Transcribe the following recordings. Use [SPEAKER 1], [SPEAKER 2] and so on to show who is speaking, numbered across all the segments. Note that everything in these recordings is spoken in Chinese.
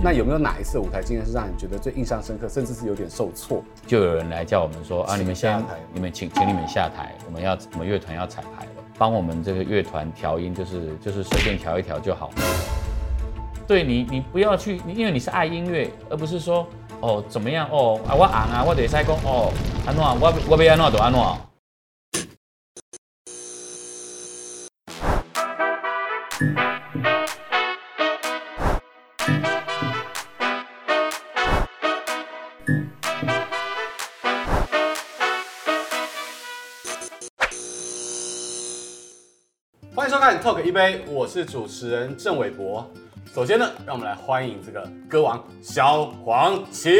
[SPEAKER 1] 那有没有哪一次的舞台经验是让你觉得最印象深刻，甚至是有点受挫？
[SPEAKER 2] 就有人来叫我们说啊，
[SPEAKER 1] 请
[SPEAKER 2] 你们先
[SPEAKER 1] 下台，
[SPEAKER 2] 你们请，请你们下台，我们要我们乐团要彩排了，帮我们这个乐团调音，就是就是随便调一调就好。对你，你不要去，你因为你是爱音乐，而不是说哦怎么样哦啊我昂啊我得塞工哦安诺我我要安诺就安诺。
[SPEAKER 1] 欢迎收看《Talk 一杯》，我是主持人郑伟博。首先呢，让我们来欢迎这个歌王萧煌奇。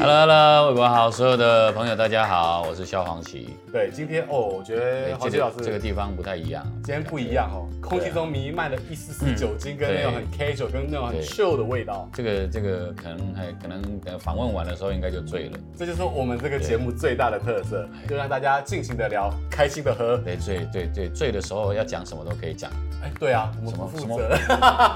[SPEAKER 2] Hello Hello，伟博好，所有的朋友大家好，我是萧煌奇。
[SPEAKER 1] 对，今天哦，我觉
[SPEAKER 2] 哎
[SPEAKER 1] 得黄奇
[SPEAKER 2] 这
[SPEAKER 1] 老
[SPEAKER 2] 个
[SPEAKER 1] 师
[SPEAKER 2] 这个地方啊不太一样，
[SPEAKER 1] 今天不一样哦，空气中弥漫了一丝丝酒精跟那种很 casual 跟那种很
[SPEAKER 2] 嗯对
[SPEAKER 1] chill 的味道，
[SPEAKER 2] 这个这个可能还可能可能访问完的时候应该就醉了，
[SPEAKER 1] 这就是我们这个节目最大的特色，就让大家尽情的聊，开心的喝。
[SPEAKER 2] 对醉对对醉的时候要讲什么都可以讲，
[SPEAKER 1] 哎，对啊，我们
[SPEAKER 2] 什
[SPEAKER 1] 不负
[SPEAKER 2] 么
[SPEAKER 1] 责，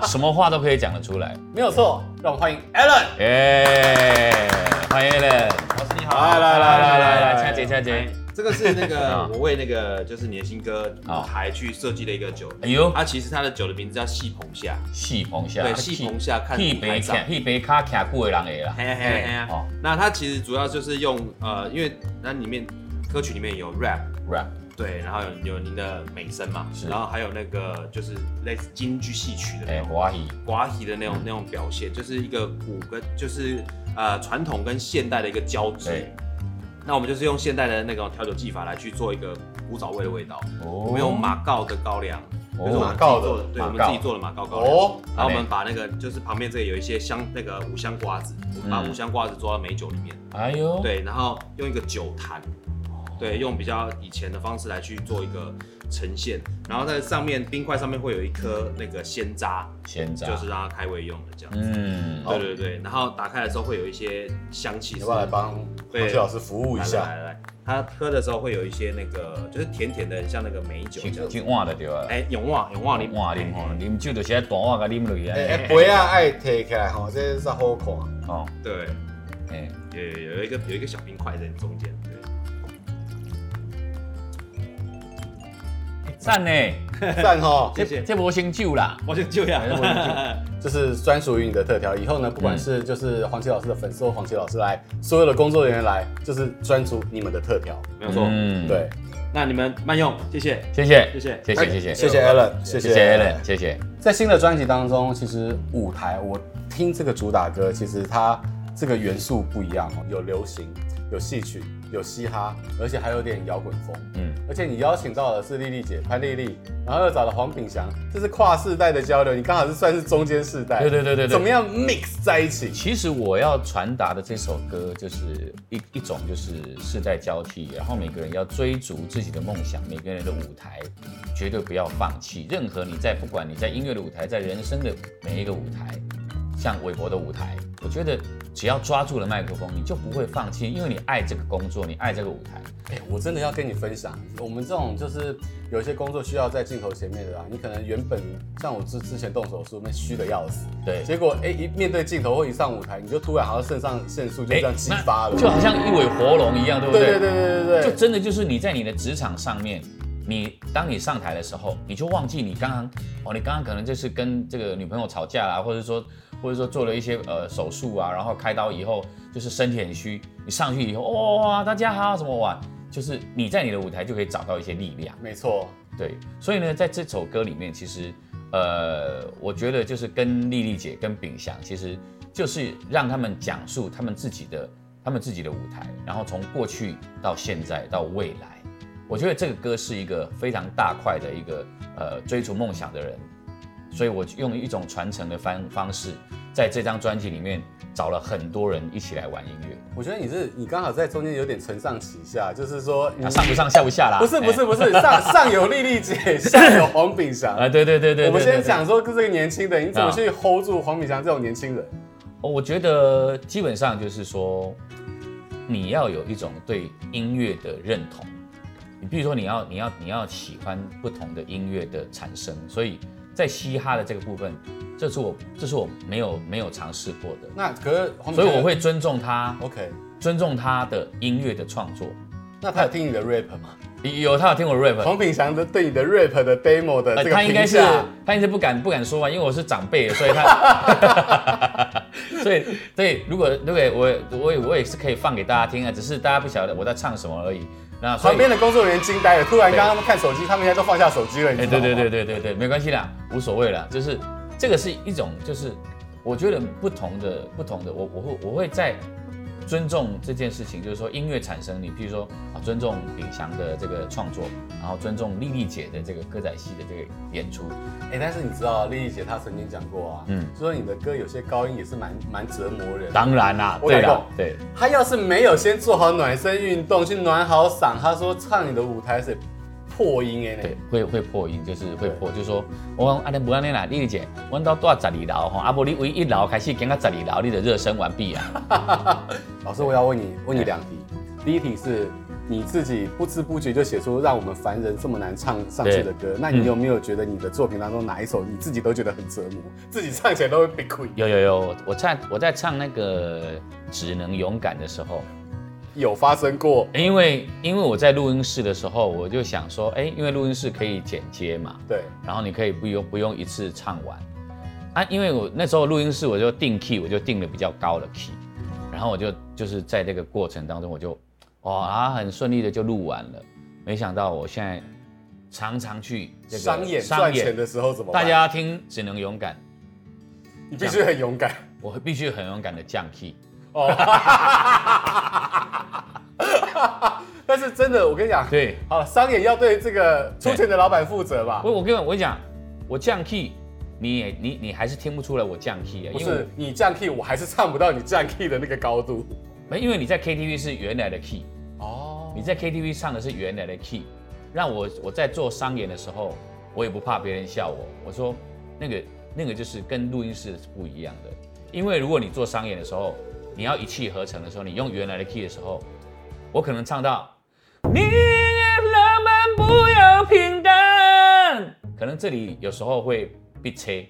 [SPEAKER 2] 什么话都可以讲得出来。
[SPEAKER 1] 没有错。让我们欢迎 Alan。
[SPEAKER 2] 耶、欢迎 Alan，
[SPEAKER 3] 老师你好，
[SPEAKER 1] 来来来
[SPEAKER 2] 来来
[SPEAKER 1] 哎
[SPEAKER 2] 来，恰姐恰姐，
[SPEAKER 3] 这个是那
[SPEAKER 2] 啊
[SPEAKER 3] 个我为那个就是年星哥
[SPEAKER 2] 啊
[SPEAKER 3] 台去设计的一个酒，
[SPEAKER 2] 哎呦，
[SPEAKER 3] 它其实它的酒的名字叫戏棚下，
[SPEAKER 2] 戏棚下，
[SPEAKER 3] 对，戏棚下看
[SPEAKER 2] 戏
[SPEAKER 3] 舞
[SPEAKER 2] 杯
[SPEAKER 3] 台上
[SPEAKER 2] 卡，，戏杯卡卡过的人会啦
[SPEAKER 3] 嘿。呀嘿呀嘿啊呀。
[SPEAKER 2] 哦
[SPEAKER 3] 那它其实主要就是用呃，因为那里面歌曲里面有 rap，
[SPEAKER 2] ，rap，
[SPEAKER 3] 对，然后有有您的美声嘛
[SPEAKER 2] 是，
[SPEAKER 3] 然后还有那个就是类似京剧戏曲的那
[SPEAKER 2] 哎，
[SPEAKER 3] 种
[SPEAKER 2] 华语，
[SPEAKER 3] 寡体的那种那种表现，就是一个古跟就是呃传统跟现代的一个交织
[SPEAKER 2] 对。
[SPEAKER 3] 那我们就是用现代的那种调酒技法来去做一个古早味的味道。
[SPEAKER 2] 哦
[SPEAKER 3] 我们用马告的高粱，
[SPEAKER 2] 哦
[SPEAKER 3] 就是我
[SPEAKER 1] 马
[SPEAKER 3] 们自
[SPEAKER 1] 告
[SPEAKER 3] 己
[SPEAKER 1] 的
[SPEAKER 3] 做的，对，
[SPEAKER 2] 马
[SPEAKER 3] 我
[SPEAKER 2] 告
[SPEAKER 3] 们自己做的马告高粱。
[SPEAKER 1] 哦，
[SPEAKER 3] 然后我们把那个就是旁边这个有一些香那个五香瓜子，我们把
[SPEAKER 2] 嗯
[SPEAKER 3] 五香瓜子做到美酒里面，
[SPEAKER 2] 哎呦，，
[SPEAKER 3] 对，然后用一个酒坛，对，用比较以前的方式来去做一个呈现，然后在上面冰块上面会有一颗那个鲜渣，
[SPEAKER 2] 现在，
[SPEAKER 3] 就是哦让它开胃用的这样子。
[SPEAKER 2] 嗯，
[SPEAKER 3] 对对对，然后打开的时候会有一些香气
[SPEAKER 1] 你
[SPEAKER 3] 是。
[SPEAKER 1] 要不要来帮黄奇老师服务一
[SPEAKER 3] 来来
[SPEAKER 1] 下？
[SPEAKER 3] 来来，它喝的时候会有一些那个，就是甜甜的，很像那个美酒这
[SPEAKER 2] 去
[SPEAKER 3] 样子。
[SPEAKER 2] 去换就对了，
[SPEAKER 3] 哎，永旺永旺你哎
[SPEAKER 2] 换啉吼，啉酒就是爱大碗甲啉落去
[SPEAKER 1] 哎
[SPEAKER 2] 啊，
[SPEAKER 1] 哎，杯啊，爱提起来吼，这是好看。
[SPEAKER 2] 哦，
[SPEAKER 3] 对，
[SPEAKER 2] 哎，
[SPEAKER 3] 有有有一个有一个小冰块在中间，
[SPEAKER 4] 哦
[SPEAKER 3] 对，
[SPEAKER 2] 赞呢，
[SPEAKER 1] 赞吼，
[SPEAKER 3] 谢谢
[SPEAKER 2] 这无成酒啦，
[SPEAKER 3] 我就这样
[SPEAKER 2] 哎我就。
[SPEAKER 1] 这是专属于你的特调。以后呢，不管是就是黄奇老师的粉丝或黄奇老师来，所有的工作人员来，就是专属你们的特调。
[SPEAKER 3] 没有错。
[SPEAKER 2] 嗯，
[SPEAKER 1] 对，
[SPEAKER 3] 那你们慢用，谢谢。
[SPEAKER 2] 谢谢，
[SPEAKER 3] 谢谢
[SPEAKER 2] 谢谢，谢谢，
[SPEAKER 1] 谢谢 Alan，
[SPEAKER 2] 谢
[SPEAKER 1] 谢
[SPEAKER 2] 谢 Alan，谢谢，
[SPEAKER 1] 在新的专辑当中，其实舞台我听这个主打歌，其实它这个元素不一样哦，有流行，有戏曲，有嘻哈，而且还有点摇滚风。
[SPEAKER 2] 嗯，
[SPEAKER 1] 而且你邀请到的是丽丽姐潘丽丽，然后又找了黄炳祥，这是跨世代的交流，你刚好是算是中间世代，
[SPEAKER 2] 对对对对对
[SPEAKER 1] 怎么样 mix 在一起？
[SPEAKER 2] 其实我要传达的这首歌，就是一一种就是世代交替，然后每个人要追逐自己的梦想，每个人的舞台绝对不要放弃。任何你在不管你在音乐的舞台，在人生的每一个舞台，像韦伯的舞台，我觉得只要抓住了麦克风，你就不会放弃，因为你爱这个工作，你爱这个舞台。
[SPEAKER 1] 哎、我真的要跟你分享，我们这种就是有一些工作需要在镜头前面的啊，你可能原本像我之之前动手术，那虚的要死，
[SPEAKER 2] 对，
[SPEAKER 1] 结果哎、一面对镜头或一上舞台，你就突然好像肾上腺素就这样激发了，
[SPEAKER 2] 哎就好像一尾活龙一样，对不
[SPEAKER 1] 对对对对对
[SPEAKER 2] 就
[SPEAKER 1] 对，
[SPEAKER 2] 真的就是你在你的职场上面，你当你上台的时候，你就忘记你刚刚哦，你刚刚可能就是跟这个女朋友吵架啦，或者说或者说做了一些呃手术啊，然后开刀以后就是身体很虚，你上去以后哇、大家好什么哇，就是你在你的舞台就可以找到一些力量。
[SPEAKER 1] 没错，
[SPEAKER 2] 对，所以呢，在这首歌里面，其实，呃，我觉得就是跟丽丽姐、跟秉祥，其实就是让他们讲述他们自己的、他们自己的舞台，然后从过去到现在到未来，我觉得这个歌是一个非常大块的一个呃追逐梦想的人，所以我用一种传承的方方式，在这张专辑里面找了很多人一起来玩音乐，
[SPEAKER 1] 我觉得你是你刚好在中间有点承上启下，就是说你、
[SPEAKER 2] 啊、上不上下不下啦，
[SPEAKER 1] 不是不
[SPEAKER 2] 哎
[SPEAKER 1] 是不是、上上有丽丽 姐，下有黄炳祥。
[SPEAKER 2] 啊，对对对对，
[SPEAKER 1] 我们
[SPEAKER 2] 对
[SPEAKER 1] 先
[SPEAKER 2] 对
[SPEAKER 1] 讲说这个年轻人，你怎么
[SPEAKER 2] 啊
[SPEAKER 1] 去 hold 住黄炳祥这种年轻人？
[SPEAKER 2] 哦我觉得基本上就是说，你要有一种对音乐的认同。你比如说，你要你要你要喜欢不同的音乐的产生，所以在嘻哈的这个部分，这是我这是我没有没有尝试过的，
[SPEAKER 1] 那可是黄敏
[SPEAKER 2] 所以我
[SPEAKER 1] 轩
[SPEAKER 2] 会尊重他，
[SPEAKER 1] OK。
[SPEAKER 2] 尊重他的音乐的创作。
[SPEAKER 1] 那他有听你的 rap 吗？
[SPEAKER 2] 有他有听我 rap，
[SPEAKER 1] 黄品翔的对你的 rap 的 demo 的
[SPEAKER 2] 呃
[SPEAKER 1] 这个
[SPEAKER 2] 他应该
[SPEAKER 1] 评
[SPEAKER 2] 是
[SPEAKER 1] 价，
[SPEAKER 2] 他应该是不敢不敢说嘛，因为我是长辈，所以他， 所以所以如果如果我我也我也是可以放给大家听啊，只是大家不晓得我在唱什么而已。那所以
[SPEAKER 1] 旁边的工作人员惊呆了，突然刚刚他们看手机，他们应该都放下手机了，你
[SPEAKER 2] 哎、
[SPEAKER 1] 知道
[SPEAKER 2] 对
[SPEAKER 1] 吗
[SPEAKER 2] 对对对对对，没关系啦，无所谓啦，就是这个是一种，就是我觉得不同的不同的，我我会我会在尊重这件事情，就是说音乐产生你，譬如说啊，尊重秉祥的这个创作，然后尊重丽丽姐的这个歌仔戏的这个演出，
[SPEAKER 1] 哎、但是你知道，丽丽姐她曾经讲过啊，嗯
[SPEAKER 2] 嗯，
[SPEAKER 1] 说你的歌有些高音也是蛮蛮折磨人。
[SPEAKER 2] 当然啦，
[SPEAKER 1] 我
[SPEAKER 2] 对
[SPEAKER 1] 感
[SPEAKER 2] 啦
[SPEAKER 1] 动，
[SPEAKER 2] 对，
[SPEAKER 1] 她要是没有先做好暖身运动，去暖好嗓，她说唱你的舞台是破音哎、
[SPEAKER 2] 对，会会破音，就是会破，就是说，我讲安尼不安尼啦，丽丽姐，我到多十二楼吼，啊无你为一楼开始行到十二楼，你的热身完毕啊。
[SPEAKER 1] 老师，我要问你问
[SPEAKER 2] 哎
[SPEAKER 1] 你两题，第一题是你自己不知不觉就写出让我们凡人这么难唱上去的歌，那
[SPEAKER 2] 嗯
[SPEAKER 1] 你有没有觉得你的作品当中哪一首你自己都觉得很折磨，自己唱起来都会被亏？
[SPEAKER 2] 有有有，我在我在唱那个只能勇敢的时候，
[SPEAKER 1] 有发生过？
[SPEAKER 2] 因为因为我在录音室的时候，我就想说，哎，因为录音室可以剪接嘛，
[SPEAKER 1] 对，
[SPEAKER 2] 然后你可以不用不用一次唱完啊，因为我那时候录音室我就定 key，我就定了比较高的 key，然后我就就是在这个过程当中，我就哦啊很顺利的就录完了，没想到我现在常常去这个
[SPEAKER 1] 商演赚钱的时候怎么办？
[SPEAKER 2] 大家听只能勇敢，
[SPEAKER 1] 你必须很勇敢
[SPEAKER 2] 我必须很勇敢的降 key。
[SPEAKER 1] 哦。 但是真的，我跟你讲，
[SPEAKER 2] 对，
[SPEAKER 1] 好了，商演要对这个出钱的老板负责吧
[SPEAKER 2] 我？我跟我跟你讲，我降 key，你也你你还是听不出来我降 key 啊，
[SPEAKER 1] 不
[SPEAKER 2] 因为
[SPEAKER 1] 是你降 key，我还是唱不到你降 key 的那个高度。
[SPEAKER 2] 没因为你在 KTV 是原来的 key，
[SPEAKER 1] 哦，
[SPEAKER 2] 你在 KTV 唱的是原来的 key，让我我在做商演的时候，我也不怕别人笑我，我说那个那个就是跟录音室是不一样的，因为如果你做商演的时候，你要一气呵成的时候，你用原来的 key 的时候，我可能唱到你的浪漫不要平淡，可能这里有时候会被切。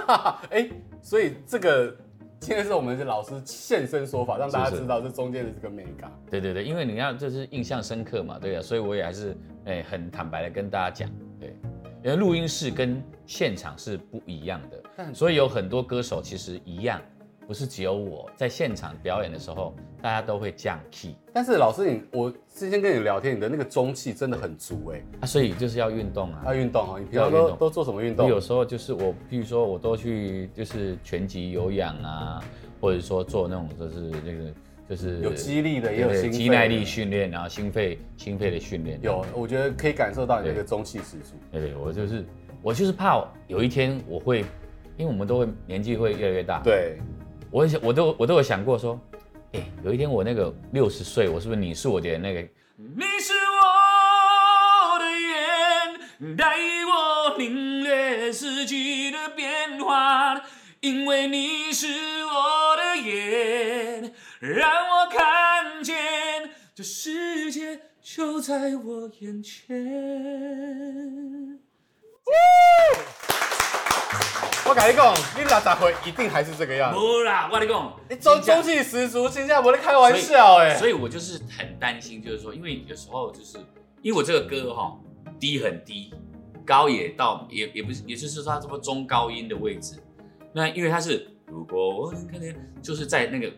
[SPEAKER 1] 哎、所以这个今天是我们的老师现身说法，让大家知道这中间的这个美感。
[SPEAKER 2] 对对对，因为你要就是印象深刻嘛，对啊，所以我也还是哎、很坦白的跟大家讲，对，因为录音室跟现场是不一样的，
[SPEAKER 1] 但
[SPEAKER 2] 所以有很多歌手其实一样，不是只有我在现场表演的时候，大家都会降 key
[SPEAKER 1] 但是老师你，我之前跟你聊天，你的那个中气真的很足哎、
[SPEAKER 2] 啊，所以就是要运动啊
[SPEAKER 1] 要。运动哦，你平常
[SPEAKER 2] 要运
[SPEAKER 1] 都
[SPEAKER 2] 动
[SPEAKER 1] 都做什么运
[SPEAKER 2] 我
[SPEAKER 1] 动？
[SPEAKER 2] 有时候就是我，譬如说我都去就是拳击有氧啊，或者说做那种就是那个就是
[SPEAKER 1] 有肌力的，也有
[SPEAKER 2] 对
[SPEAKER 1] 心
[SPEAKER 2] 肌耐力训练，然后心肺心肺的训练。
[SPEAKER 1] 有，我觉得可以感受到你那个中气十足。
[SPEAKER 2] 对对，我就是我就是怕有一天我会，因为我们都会年纪会越来越大，，
[SPEAKER 1] 对，
[SPEAKER 2] 我也想我都我都有想过说，哎、有一天我那个六十岁，我是不是你是我的那个？你是我的眼，带我领略四季的变化，因为你是我的眼，让我看见这世界就在我眼前。
[SPEAKER 1] 我跟你讲，你六十岁一定还是这个样子。
[SPEAKER 2] 不啦，我跟你讲，
[SPEAKER 1] 你中中气十足，新加坡在开玩笑哎、
[SPEAKER 2] 所以我就是很担心，就是说，因为有时候就是因为我这个歌哈、低很低，高也到也也不是，也就是说它这么中高音的位置。那因为它是如果我能看见，就是在那个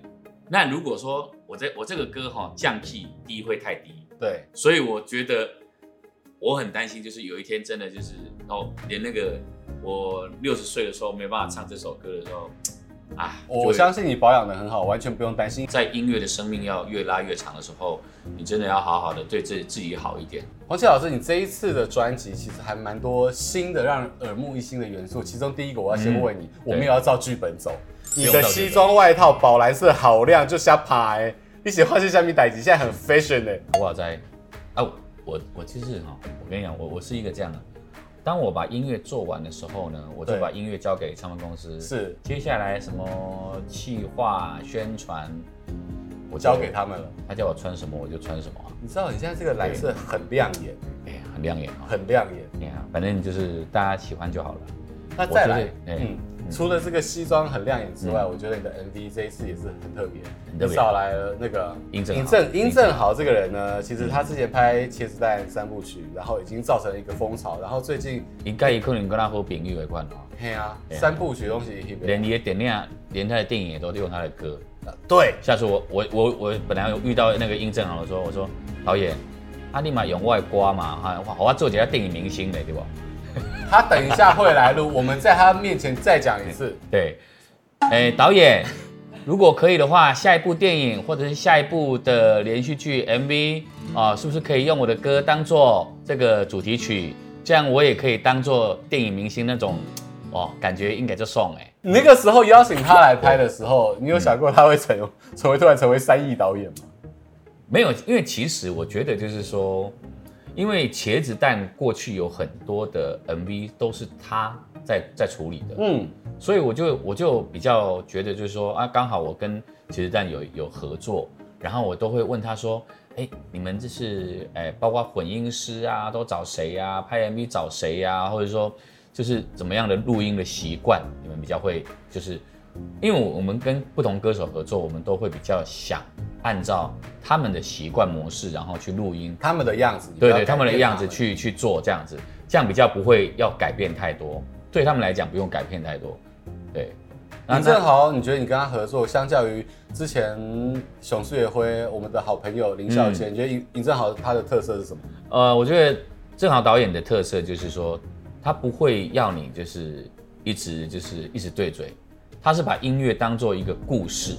[SPEAKER 2] 那如果说我在我这个歌哈、降 key 低会太低，
[SPEAKER 1] 对，
[SPEAKER 2] 所以我觉得我很担心，就是有一天真的就是哦，连那个我六十岁的时候没办法唱这首歌的时候，啊，
[SPEAKER 1] 哦我
[SPEAKER 2] 相。
[SPEAKER 1] 相信你保养的很好，完全不用担心。
[SPEAKER 2] 在音乐的生命要越拉越长的时候，你真的要好好的对自自己好一点。
[SPEAKER 1] 黄奇老师，你这一次的专辑其实还蛮多新的让人耳目一新的元素，其中第一个我要先问你，我们也要照剧本走。你的西装外套宝蓝色好亮，就瞎爬哎、你喜欢是虾米代级，现在很 fashion 哎、
[SPEAKER 2] 我好在啊，我我我就是哈、我跟你讲，我我是一个这样的。当我把音乐做完的时候呢，我就
[SPEAKER 1] 对
[SPEAKER 2] 把音乐交给唱片公司。
[SPEAKER 1] 是
[SPEAKER 2] 接下来什么企划、宣传，
[SPEAKER 1] 我交给他们了。
[SPEAKER 2] 他叫我穿什么我就穿什么啊。
[SPEAKER 1] 你知道你现在这个蓝色很亮眼，
[SPEAKER 2] 哎、很亮眼啊、
[SPEAKER 1] 很亮眼。
[SPEAKER 2] 你看，反正就是大家喜欢就好了。
[SPEAKER 1] 那再
[SPEAKER 2] 我
[SPEAKER 1] 来
[SPEAKER 2] 觉，得哎嗯
[SPEAKER 1] 嗯，除了这个西装很亮眼之外，我觉得你的 MV 这一次也是很特别。你
[SPEAKER 2] 很特别
[SPEAKER 1] 找来了那个
[SPEAKER 2] 殷正豪嗯
[SPEAKER 1] 殷正殷正豪这个人呢，其实他之前拍《茄子蛋》三部曲，然后已经造成了一个风潮，然后最近，
[SPEAKER 2] 应该也可能跟他好朋友有关哦。
[SPEAKER 1] 嘿啊，
[SPEAKER 2] 对啊
[SPEAKER 1] 三部曲的东西也
[SPEAKER 2] 连你的电影，连他的电影也都用他的歌。
[SPEAKER 1] 对，
[SPEAKER 2] 下次我我我我本来有遇到那个殷正豪的时候，我说导演，啊你嘛用我的歌嘛，哈，好我做一下电影明星的对不？
[SPEAKER 1] 他等一下会来录，我们在他面前再讲一次。
[SPEAKER 2] 对，哎导演，如果可以的话，下一部电影或者是下一部的连续剧 MV 啊，是不是可以用我的歌当做这个主题曲？这样我也可以当做电影明星那种，哦，感觉应该就送哎、
[SPEAKER 1] 你那个时候邀请他来拍的时候，你
[SPEAKER 2] 嗯
[SPEAKER 1] 有想过他会成成为突然成为三亿导演吗？
[SPEAKER 2] 没有，因为其实我觉得就是说，因为茄子蛋过去有很多的 MV 都是他在在处理的，
[SPEAKER 1] 嗯，
[SPEAKER 2] 所以我就我就比较觉得就是说啊，刚好我跟茄子蛋有有合作，然后我都会问他说，哎、你们这是哎、包括混音师啊，都找谁呀、啊？拍 MV 找谁呀、或者说就是怎么样的录音的习惯，你们比较会就是。因为我们跟不同歌手合作，我们都会比较想按照他们的习惯模式，然后去录音，
[SPEAKER 1] 他们的样子，你不
[SPEAKER 2] 对
[SPEAKER 1] 要
[SPEAKER 2] 对，
[SPEAKER 1] 改
[SPEAKER 2] 他们的
[SPEAKER 1] 变
[SPEAKER 2] 样子去去做这样子，这样比较不会要改变太多，对他们来讲不用改变太多，对。
[SPEAKER 1] 尹正豪，你觉得你跟他合作，相较于之前熊树也辉，我们的好朋友林孝
[SPEAKER 2] 嗯
[SPEAKER 1] 贤，你觉得尹尹正豪他的特色是什么？
[SPEAKER 2] 呃，我觉得正好导演的特色就是说，他不会要你就是一直就是一直对嘴，他是把音乐当做一个故事，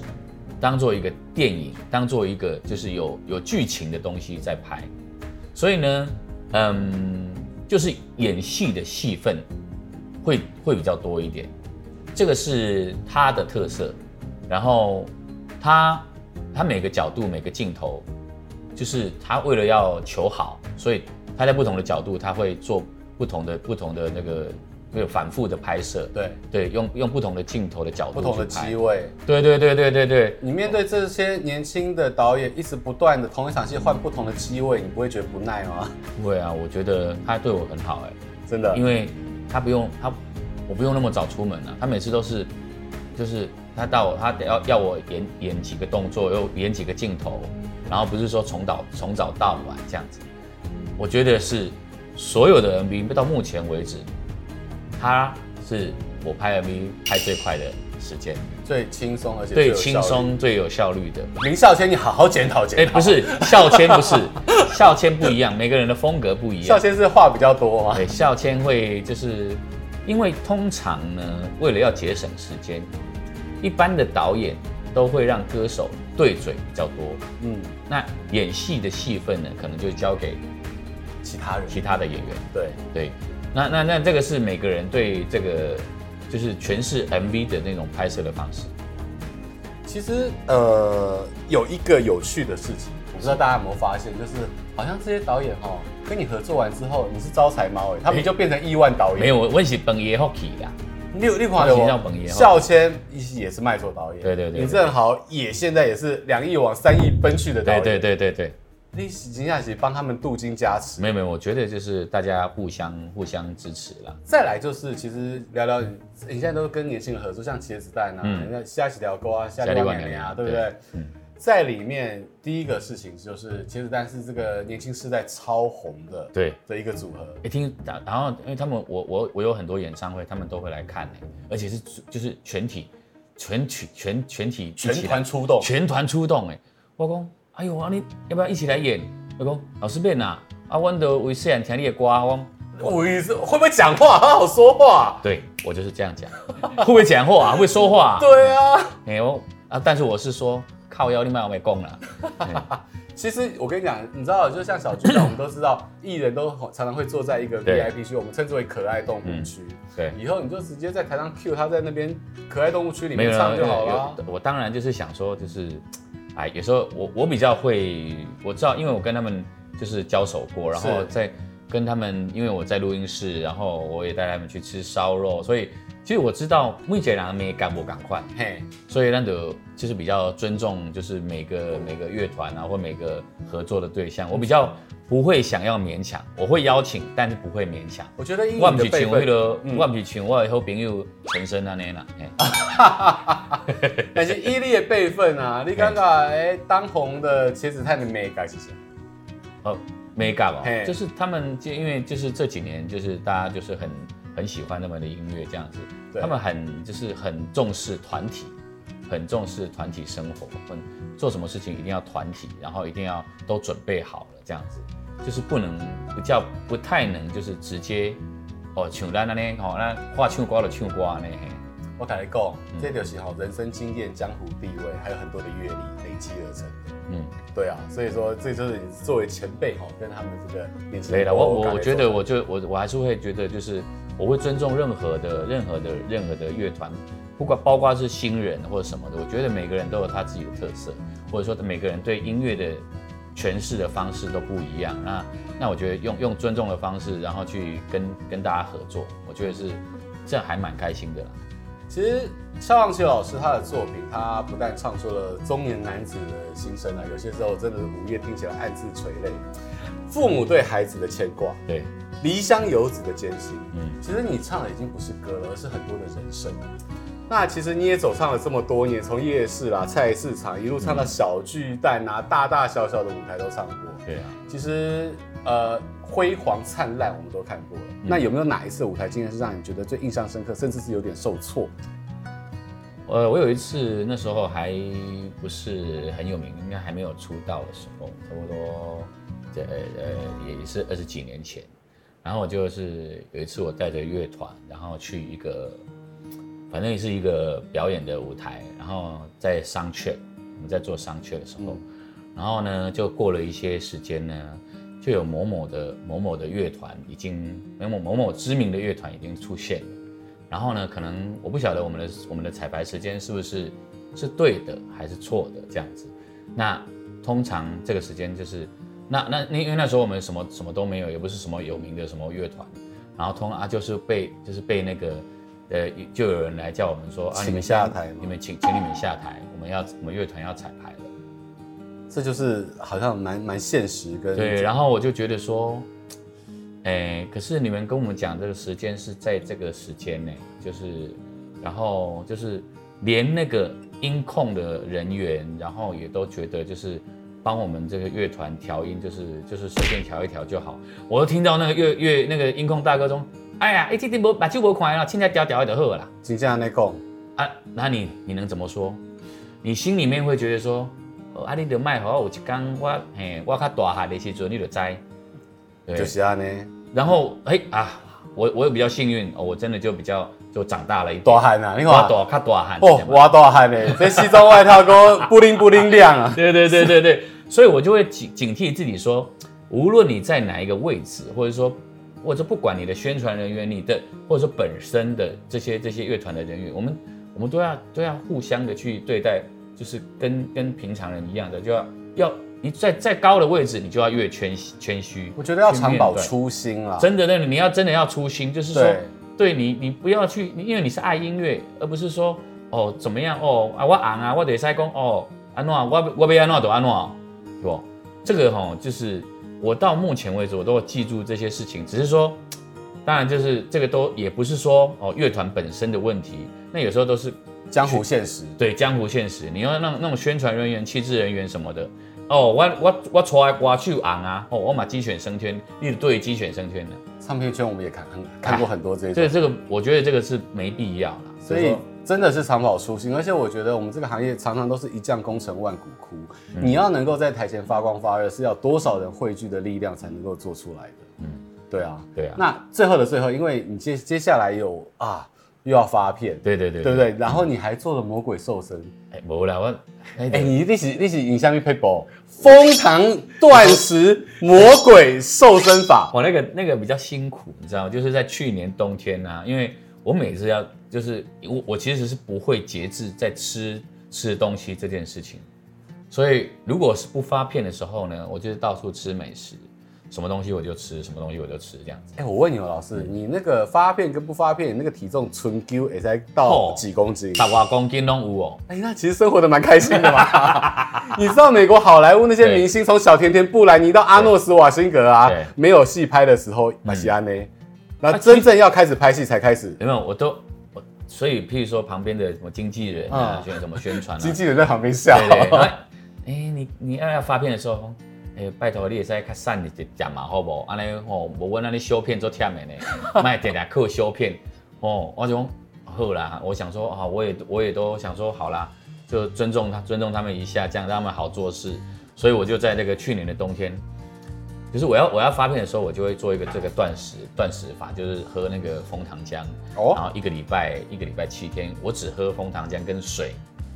[SPEAKER 2] 当做一个电影，当做一个就是有有剧情的东西在拍，所以呢，嗯，就是演戏的戏份会会比较多一点，这个是他的特色。然后他他每个角度每个镜头就是他为了要求好，所以他在不同的角度，他会做不同的不同的那个，会有反复的拍摄，
[SPEAKER 1] 对，
[SPEAKER 2] 对，用用不同的镜头的角
[SPEAKER 1] 不
[SPEAKER 2] 度
[SPEAKER 1] 同的
[SPEAKER 2] 去拍
[SPEAKER 1] 机位，
[SPEAKER 2] 对对对对对对，
[SPEAKER 1] 你面对这些年轻的导演，一直不断的同一场戏换不同的机位，你不会觉得不耐吗？
[SPEAKER 2] 不会啊，我觉得他对我很好哎、
[SPEAKER 1] 真的，
[SPEAKER 2] 因为他不用他，我不用那么早出门啊。他每次都是，就是他到他得要要我演演几个动作，又演几个镜头，然后不是说从早从早到晚这样子。我觉得是所有的 MV 到目前为止，他是我拍 MV 拍最快的时间，
[SPEAKER 1] 最轻松，而且最
[SPEAKER 2] 最
[SPEAKER 1] 有效率
[SPEAKER 2] 轻。松、最有效率的。
[SPEAKER 1] 林孝谦，你好好检讨
[SPEAKER 2] 哎、
[SPEAKER 1] 检讨。
[SPEAKER 2] 不，是笑谦，不是笑谦不一样，每个人的风格不一样。
[SPEAKER 1] 孝谦是话比较多吗？
[SPEAKER 2] 对，校签会就是因为通常呢，为了要节省时间，一般的导演都会让歌手对嘴比较多，
[SPEAKER 1] 嗯，
[SPEAKER 2] 那演戏的戏份呢，可能就交给
[SPEAKER 1] 其他人
[SPEAKER 2] 其他的演员。
[SPEAKER 1] 对，
[SPEAKER 2] 对，那那那这个是每个人对这个就是诠释 MV 的那种拍摄的方式。
[SPEAKER 1] 其实呃，有一个有趣的事情，我不知道大家有没有发现，就是好像这些导演哦，跟你合作完之后，你是招财猫哎，他们就变成亿万导演。
[SPEAKER 2] 没有，我我是本爷 hockey 啦，
[SPEAKER 1] 六六款的
[SPEAKER 2] 形象本
[SPEAKER 1] 我，
[SPEAKER 2] 业哦
[SPEAKER 1] 孝谦也是卖座导演，
[SPEAKER 2] 对对对
[SPEAKER 1] 尹正豪也现在也是两亿往三亿奔去的导
[SPEAKER 2] 对
[SPEAKER 1] 演，
[SPEAKER 2] 对对对对，
[SPEAKER 1] 历史金夏奇帮他们镀金加持。
[SPEAKER 2] 没有没有，我觉得就是大家互相互相支持啦。
[SPEAKER 1] 再来就是，其实聊聊你你现在都跟年轻人合作，像茄子蛋啊，
[SPEAKER 2] 嗯
[SPEAKER 1] 那下起聊沟啊，下
[SPEAKER 2] 下
[SPEAKER 1] 里
[SPEAKER 2] 里
[SPEAKER 1] 万
[SPEAKER 2] 万
[SPEAKER 1] 年
[SPEAKER 2] 年
[SPEAKER 1] 啊，
[SPEAKER 2] 啊
[SPEAKER 1] 对不
[SPEAKER 2] 对
[SPEAKER 1] 对？在里面第一个事情就是茄子蛋是这个年轻世代超红的
[SPEAKER 2] 对。
[SPEAKER 1] 的一个组合，
[SPEAKER 2] 一听，然然后因为他们，我我我有很多演唱会，他们都会来看、欸、而且是就是全体，全曲全全体一起
[SPEAKER 1] 全
[SPEAKER 2] 来
[SPEAKER 1] 团出动，
[SPEAKER 2] 全团出动哎、欸，我讲，哎呦，啊你要不要一起来演？我讲老师变啊，啊，我都为虽然听你的歌，啊我讲
[SPEAKER 1] 我意思会不会讲话，好好说话？
[SPEAKER 2] 对我就是这样讲， 会不会讲话、啊？会不会说话、啊？
[SPEAKER 1] 对啊，
[SPEAKER 2] 哎呦啊，但是我是说靠腰，另外我没供了，
[SPEAKER 1] 其实我跟你讲，你知道，就像小巨蛋，我们都知 道，艺人都常常会坐在一个
[SPEAKER 2] 对嗯
[SPEAKER 1] VIP 区，我们称之为可爱动物区。
[SPEAKER 2] 对。
[SPEAKER 1] 以后你就直接在台上 cue 他在那边可爱动物区里
[SPEAKER 2] 没有
[SPEAKER 1] 面唱
[SPEAKER 2] 啦
[SPEAKER 1] 就好
[SPEAKER 2] 有
[SPEAKER 1] 了。
[SPEAKER 2] 有我当然就是想说，就是，哎，有时候我我比较会，我知道，因为我跟他们就是交手过，然后
[SPEAKER 1] 是
[SPEAKER 2] 在跟他们，因为我在录音室，然后我也带他们去吃烧肉，所以其实我知道目前人没赶不赶快，
[SPEAKER 1] 嘿，
[SPEAKER 2] 所以那得就是比较尊重，就是每个每个乐团啊或每个合作的对象，我比较不会想要勉强，我会邀请，但是不会勉强。
[SPEAKER 1] 我觉得英
[SPEAKER 2] 我
[SPEAKER 1] 语
[SPEAKER 2] 毋
[SPEAKER 1] 的
[SPEAKER 2] 是
[SPEAKER 1] 辈
[SPEAKER 2] 像迄
[SPEAKER 1] 分，嗯
[SPEAKER 2] 个，我毋是像我的好朋友陈升安尼啦，嘿
[SPEAKER 1] 但是哎伊利的辈分啊，
[SPEAKER 2] 嗯
[SPEAKER 1] 你刚刚哎当红的茄子蛋的美感是谁？
[SPEAKER 2] 哦，美感哦
[SPEAKER 1] 嘿，
[SPEAKER 2] 就是他们就因为就是这几年就是大家就是很很喜欢他们的音乐这样子，
[SPEAKER 1] 对
[SPEAKER 2] 他们很就是很重视团体，很重视团体生活，很做什么事情一定要团体，然后一定要都准备好了这样子，就是不能比较不太能就是直接哦像咱安尼吼，咱话唱歌就唱歌安尼嘿。
[SPEAKER 1] 我跟你讲，
[SPEAKER 2] 嗯
[SPEAKER 1] 这就是好人生经验、江湖地位，还有很多的阅历累积而成的。
[SPEAKER 2] 嗯，
[SPEAKER 1] 对啊，所以说这就是你作为前辈哈，跟他们这个年轻
[SPEAKER 2] 对
[SPEAKER 1] 人
[SPEAKER 2] 了，我我
[SPEAKER 1] 跟
[SPEAKER 2] 我
[SPEAKER 1] 你
[SPEAKER 2] 觉
[SPEAKER 1] 说
[SPEAKER 2] 得我就我我还是会觉得就是我会尊重任何的任何的任何的乐团，不管包括是新人或者什么的，我觉得每个人都有他自己的特色，或者说每个人对音乐的诠释的方式都不一样。那那我觉得用用尊重的方式，然后去跟跟大家合作，我觉得是这样还蛮开心的啦。
[SPEAKER 1] 其实肖望奇老师他的作品，他不但唱出了中年男子的心声啊，有些时候真的是午夜听起来暗自垂泪。父母对孩子的牵挂，
[SPEAKER 2] 对，
[SPEAKER 1] 离乡游子的艰辛，
[SPEAKER 2] 嗯。
[SPEAKER 1] 其实你唱的已经不是歌了，而是很多的人生。那其实你也走唱了这么多年，从夜市啦、菜市场一路唱到小巨蛋啊，大大小小的舞台都唱过。
[SPEAKER 2] 对啊，
[SPEAKER 1] 其实呃，辉煌灿烂我们都看过了。
[SPEAKER 2] 嗯
[SPEAKER 1] 那有没有哪一次舞台经验是让你觉得最印象深刻，甚至是有点受挫？
[SPEAKER 2] 呃，我有一次那时候还不是很有名，应该还没有出道的时候，差不多这呃呃也是二十几年前。然后我就是有一次我带着乐团，然后去一个，反正也是一个表演的舞台，然后在商榷，我们在做商榷的时候，然后呢就过了一些时间呢，就有某某的某某的乐团已经某某某某知名的乐团已经出现了。然后呢，可能我不晓得我们的我们的彩排时间是不是是对的还是错的这样子。那通常这个时间就是，那那那因为那时候我们什么什么都没有，也不是什么有名的什么乐团，然后通啊就是被就是被那个呃就有人来叫我们说啊
[SPEAKER 1] 请
[SPEAKER 2] 你们
[SPEAKER 1] 下
[SPEAKER 2] 现在
[SPEAKER 1] 台吗
[SPEAKER 2] 你们请请你们下台，我们要我们乐团要彩排了。
[SPEAKER 1] 这就是好像蛮蛮现实跟
[SPEAKER 2] 对，然后我就觉得说，哎，可是你们跟我们讲这个时间是在这个时间内，就是，然后就是连那个音控的人员，然后也都觉得就是帮我们这个乐团调音，就是就是随便调一调就好。我都听到那个乐乐那个音控大哥说，哎呀，一点点无把酒无看了，现在调调就好了啦。
[SPEAKER 1] 金夏内供，
[SPEAKER 2] 啊，那你你能怎么说？你心里面会觉得说，哦、啊，你的卖好，有一天我嘿，我较大汉的时阵，你就知。对，
[SPEAKER 1] 就是啊安尼，
[SPEAKER 2] 然后哎啊，我我也比较幸运、哦，我真的就比较就长大了一点，
[SPEAKER 1] 大汉啊，你看
[SPEAKER 2] 我，大较大汉。
[SPEAKER 1] 哦，
[SPEAKER 2] 我
[SPEAKER 1] 哇大汉嘞，这西装外套都布灵布灵亮啊，
[SPEAKER 2] 对对对对对，所以我就会警警惕自己说，无论你在哪一个位置，或者说，或者说不管你的宣传人员、你的或者说本身的这些这些乐团的人员，我们我们都要都要互相的去对待，就是跟跟平常人一样的，就要要你在再高的位置，你就要越谦谦虚。
[SPEAKER 1] 我觉得要
[SPEAKER 2] 去
[SPEAKER 1] 长保
[SPEAKER 2] 面对
[SPEAKER 1] 初心啦，
[SPEAKER 2] 真的，那你要真的要粗心，就是说
[SPEAKER 1] 对，
[SPEAKER 2] 对你，你不要去，你因为你是爱音乐，而不是说哦怎么样哦啊我昂啊，我得塞工哦安诺我我被安诺都安诺，对不？这个哈、就是我到目前为止我都有记住这些事情，只是说，当然就是这个都也不是说哦乐团本身的问题，那有时候都是
[SPEAKER 1] 江湖现实，
[SPEAKER 2] 对江湖现实，你要让那种宣传人员、气质人员什么的，哦我我我出来刮去昂啊，哦我买鸡犬升天，你对鸡犬升天的。
[SPEAKER 1] 唱片圈我们也看看看过很多这
[SPEAKER 2] 这
[SPEAKER 1] 种，
[SPEAKER 2] 个这个，我觉得这个是没必要啦。
[SPEAKER 1] 所以真的是长保初心，而且我觉得我们这个行业常常都是一将功成万骨枯，
[SPEAKER 2] 嗯
[SPEAKER 1] 你要能够在台前发光发热，是要多少人汇聚的力量才能够做出来的，嗯，对啊，
[SPEAKER 2] 对啊，
[SPEAKER 1] 那最后的最后，因为你接接下来有啊又要发片，
[SPEAKER 2] 对对对
[SPEAKER 1] 对不？对？然后你还做了魔鬼瘦身，
[SPEAKER 2] 哎，无啦，我哎、
[SPEAKER 1] 哎、你你是你是影像片 paper 蜂糖断食魔鬼瘦身法，
[SPEAKER 2] 哦我那个那个比较辛苦，你知道吗？就是在去年冬天啊，因为我每次要就是我我其实是不会节制在吃吃东西这件事情，所以如果是不发片的时候呢，我就是到处吃美食，什么东西我就吃，什么东西我就吃这样子。
[SPEAKER 1] 哎、我问你哦，老师，
[SPEAKER 2] 嗯
[SPEAKER 1] 你那个发片跟不发片，你那个体重纯 Q 也才到
[SPEAKER 2] 哦
[SPEAKER 1] 几公斤？
[SPEAKER 2] 大瓜公斤拢有哦，
[SPEAKER 1] 哎、那其实生活的蛮开心的 嘛。你知道美国好莱坞那些明星，从小甜甜布兰妮到阿诺斯瓦辛格啊
[SPEAKER 2] 对，嗯
[SPEAKER 1] 没有戏拍的时候，马西安呢，那真正要开始拍戏才开始，
[SPEAKER 2] 有没有？我都我，所以譬如说旁边的什么经纪人啊
[SPEAKER 1] 嗯，
[SPEAKER 2] 宣、什么宣传啊，
[SPEAKER 1] 经纪人在旁边笑。
[SPEAKER 2] 对对，然后哎、你你要要发片的时候，哎、拜托你也在较瘦一点点嘛，好不好？安尼吼，无我那里修片做忝的呢，卖点点课修片，哦，我就讲好啦，我想说啊，我也我也都想说好啦，就尊重他尊重他们一下，这样让他们好做事。所以我就在那个去年的冬天，就是我要我要发片的时候，我就会做一个这个断食断食法，就是喝那个枫糖浆，然
[SPEAKER 1] 哦，
[SPEAKER 2] 后一个礼拜一个礼拜七天，我只喝枫糖浆跟水，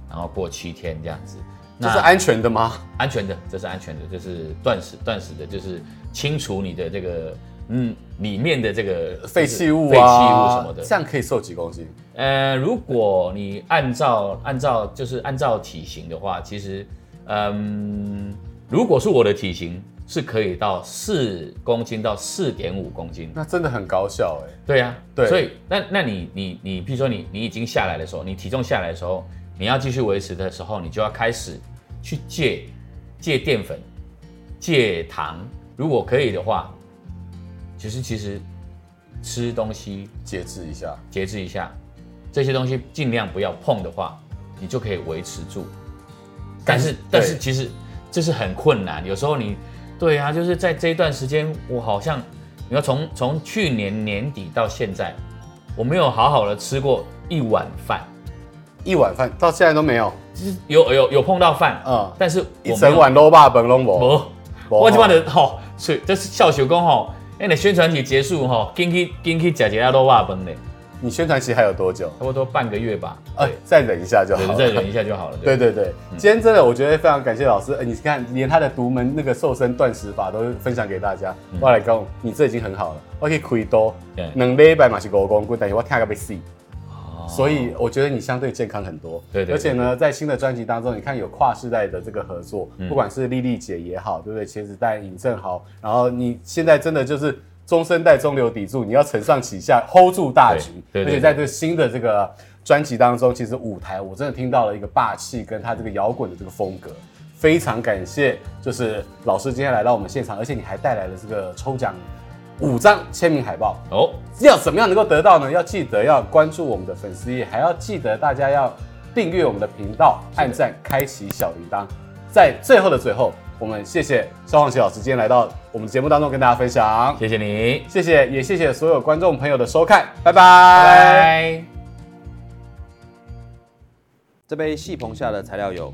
[SPEAKER 2] 然后过七天这样子。
[SPEAKER 1] 这
[SPEAKER 2] 那
[SPEAKER 1] 是安全的吗？
[SPEAKER 2] 安全的，这是安全的，这是断食断食的，就是清除你的这个嗯里面的这个
[SPEAKER 1] 废弃物啊，
[SPEAKER 2] 废弃物什么的。
[SPEAKER 1] 这样可以瘦几公斤？
[SPEAKER 2] 呃，如果你按照按照就是按照体型的话，其实嗯，如果是我的体型是可以到四公斤到四点五公斤，
[SPEAKER 1] 那真的很高效哎、
[SPEAKER 2] 对呀、
[SPEAKER 1] 对
[SPEAKER 2] 所以那那你你你，譬如说你你已经下来的时候，你体重下来的时候，你要继续维持的时候，你就要开始去戒戒淀粉、戒糖，如果可以的话，其实其实吃东西
[SPEAKER 1] 节制一下。
[SPEAKER 2] 节制一下，这些东西尽量不要碰的话，你就可以维持住。但是但是其实这是很困难，有时候你对啊，就是在这一段时间，我好像你要从从去年年底到现在，我没有好好的吃过一碗饭，
[SPEAKER 1] 一碗饭到现在都没有，
[SPEAKER 2] 就是有有有碰到饭，
[SPEAKER 1] 嗯
[SPEAKER 2] 但是我
[SPEAKER 1] 一整碗哦 low 霸本 low 博，
[SPEAKER 2] 不，我这边的吼，所以这是笑小工吼，哎，你宣传期结束吼，进去进去吃一 下都瓦崩嘞，
[SPEAKER 1] 你宣传期还有多久？
[SPEAKER 2] 差不多半个月吧，
[SPEAKER 1] 哎、再忍一下就嗯好
[SPEAKER 2] 对，
[SPEAKER 1] 了。
[SPEAKER 2] 再忍一下就好了，对
[SPEAKER 1] 对对对，今天真的我觉得非常感谢老师，呃、你看连他的独门那个瘦身断食法都分享给大家。我来讲，你这已经很好了，我可以亏多
[SPEAKER 2] 对，
[SPEAKER 1] 能礼拜嘛是五公斤，但是我听个被死。
[SPEAKER 2] 哦
[SPEAKER 1] 所以我觉得你相对健康很多。
[SPEAKER 2] 对对对嗯
[SPEAKER 1] 而且呢，在新的专辑当中，你看有跨世代的这个合作，不管是丽丽姐也好，对不对？茄子蛋、尹正豪，然后你现在真的就是。中生代中流砥柱，你要承上启下，hold 住大局。
[SPEAKER 2] 对对对
[SPEAKER 1] 而且在这新的这个专辑当中，其实舞台我真的听到了一个霸气，跟他这个摇滚的这个风格。非常感谢，就是老师今天来到我们现场，而且你还带来了这个抽奖五张签名海报。
[SPEAKER 2] 哦，
[SPEAKER 1] 要怎么样能够得到呢？要记得要关注我们的粉丝页，还要记得大家要订阅我们的频道，按赞，开启小铃铛。在最后的最后，我们谢谢肖晃琪老师今天来到我们节目当中跟大家分享，
[SPEAKER 2] 谢谢你，
[SPEAKER 1] 谢谢，也谢谢所有观众朋友的收看，拜
[SPEAKER 2] 拜
[SPEAKER 1] 拜
[SPEAKER 2] 拜。
[SPEAKER 4] 这杯细棚下的材料有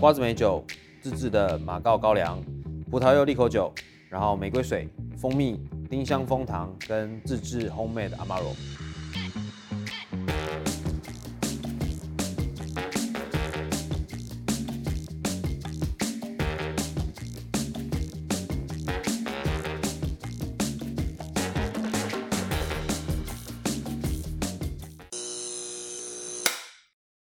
[SPEAKER 4] 瓜子美酒、自制的马告高粱、葡萄柚利口酒，然后玫瑰水、蜂蜜、丁香蜂糖跟自制 homemade amaro。